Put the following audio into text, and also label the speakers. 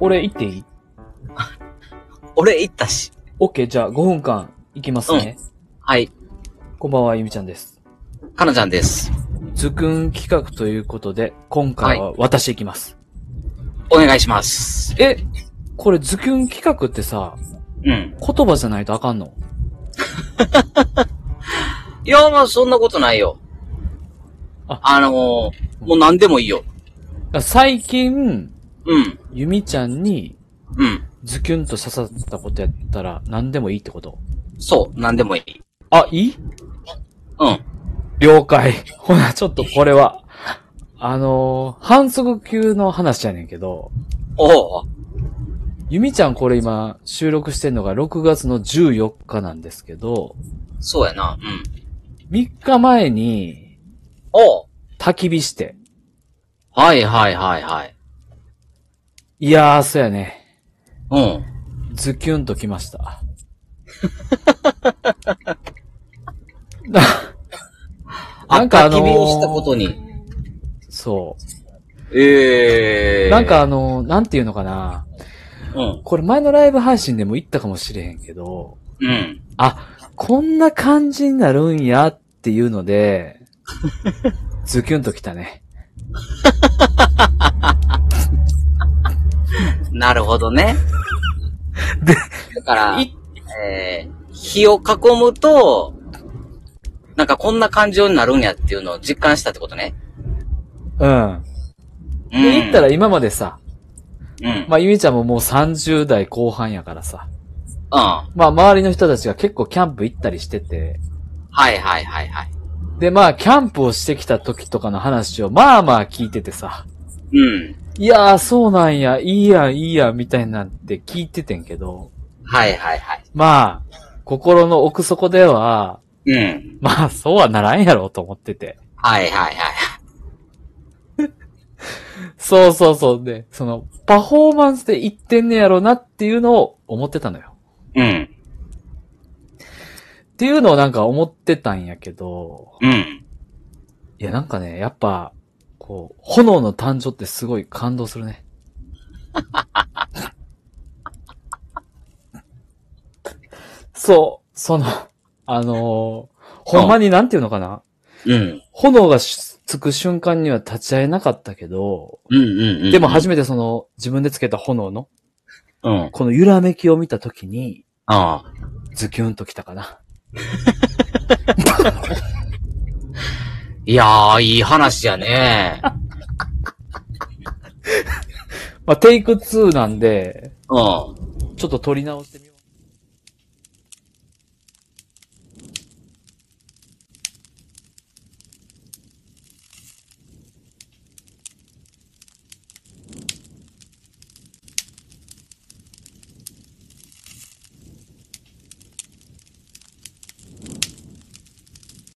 Speaker 1: 俺行っていい
Speaker 2: 俺行ったし。
Speaker 1: オッケー、じゃあ5分間行きますね。
Speaker 2: はい。
Speaker 1: こんばんは、ゆみちゃんです。
Speaker 2: かなちゃんです。
Speaker 1: ズクン企画ということで、今回は私行きます。
Speaker 2: お願いします。
Speaker 1: え、これズクン企画ってさ、
Speaker 2: うん。
Speaker 1: 言葉じゃないとあかんの
Speaker 2: いや、まあそんなことないよ。
Speaker 1: あ
Speaker 2: あのー、もう何でもいいよ。
Speaker 1: 最近、
Speaker 2: うん。
Speaker 1: ゆみちゃんに
Speaker 2: うん。
Speaker 1: ズキュンと刺さったことやったら何でもいいってこと
Speaker 2: そう、何でもいい。
Speaker 1: あ、いい
Speaker 2: うん。
Speaker 1: 了解。 ほな、ちょっとこれは、あのー反則級の話やねんけど、
Speaker 2: おお。
Speaker 1: ゆみちゃんこれ今収録してんのが6月の14日なんですけど、
Speaker 2: そうやな。うん。
Speaker 1: 3日前に
Speaker 2: おお。
Speaker 1: 焚き火して、
Speaker 2: はいはいはいはい。
Speaker 1: いやー、そうやね。
Speaker 2: うん。
Speaker 1: ズキュンときました。 なんかあのー
Speaker 2: 焚き火をしたことに。
Speaker 1: そ
Speaker 2: ええ
Speaker 1: う。
Speaker 2: ー。
Speaker 1: なんか、あのーなんていうのかな。
Speaker 2: うん。
Speaker 1: これ前のライブ配信でも言ったかもしれへんけど、
Speaker 2: うん。
Speaker 1: こんな感じになるんやっていうの で、ズキュンときたね。
Speaker 2: なるほど ね。だから、
Speaker 1: い
Speaker 2: えー、火を囲むと、なんかこんな感情になるんやっていうのを実感したってことね。
Speaker 1: うん。
Speaker 2: う
Speaker 1: で、
Speaker 2: ん。
Speaker 1: 言ったら今までさ、
Speaker 2: うん。
Speaker 1: まあ、ゆみちゃんももう30代後半やからさ、
Speaker 2: うん。
Speaker 1: まあ、周りの人たちが結構キャンプ行ったりしてて、
Speaker 2: はいはいはいはい。
Speaker 1: で、まあ、キャンプをしてきた時とかの話をまあまあ聞いててさ、
Speaker 2: うん。
Speaker 1: いやー、そうなんや、いいやん、いいやん、みたいなんて聞いててんけど、
Speaker 2: はいはいはい。
Speaker 1: まあ、心の奥底では、
Speaker 2: うん。
Speaker 1: まあ、そうはならんやろうと思ってて。
Speaker 2: はいはいはい。
Speaker 1: そうそうそう。で、その、パフォーマンスで言ってんねやろなっていうのを思ってたのよ。
Speaker 2: う
Speaker 1: っ
Speaker 2: ん。
Speaker 1: ていうのをなんか思ってたんやけど、
Speaker 2: うん。
Speaker 1: いやなんかね、やっぱ、こう、炎の誕生ってすごい感動するね。 そう、その、あのーほんまになんていうのかな
Speaker 2: うん。
Speaker 1: 炎がしつく瞬間には立ち会えなかったけど、
Speaker 2: うんうんうん。
Speaker 1: でも、初めてその自分でつけた炎の
Speaker 2: うん。うん。
Speaker 1: この揺らめきを見たときに、
Speaker 2: ああ。
Speaker 1: ズキュンときたかな。
Speaker 2: いやー、いい話やね。
Speaker 1: まあ、テイク2なんで、
Speaker 2: うん。
Speaker 1: ちょっと撮り直してみよう。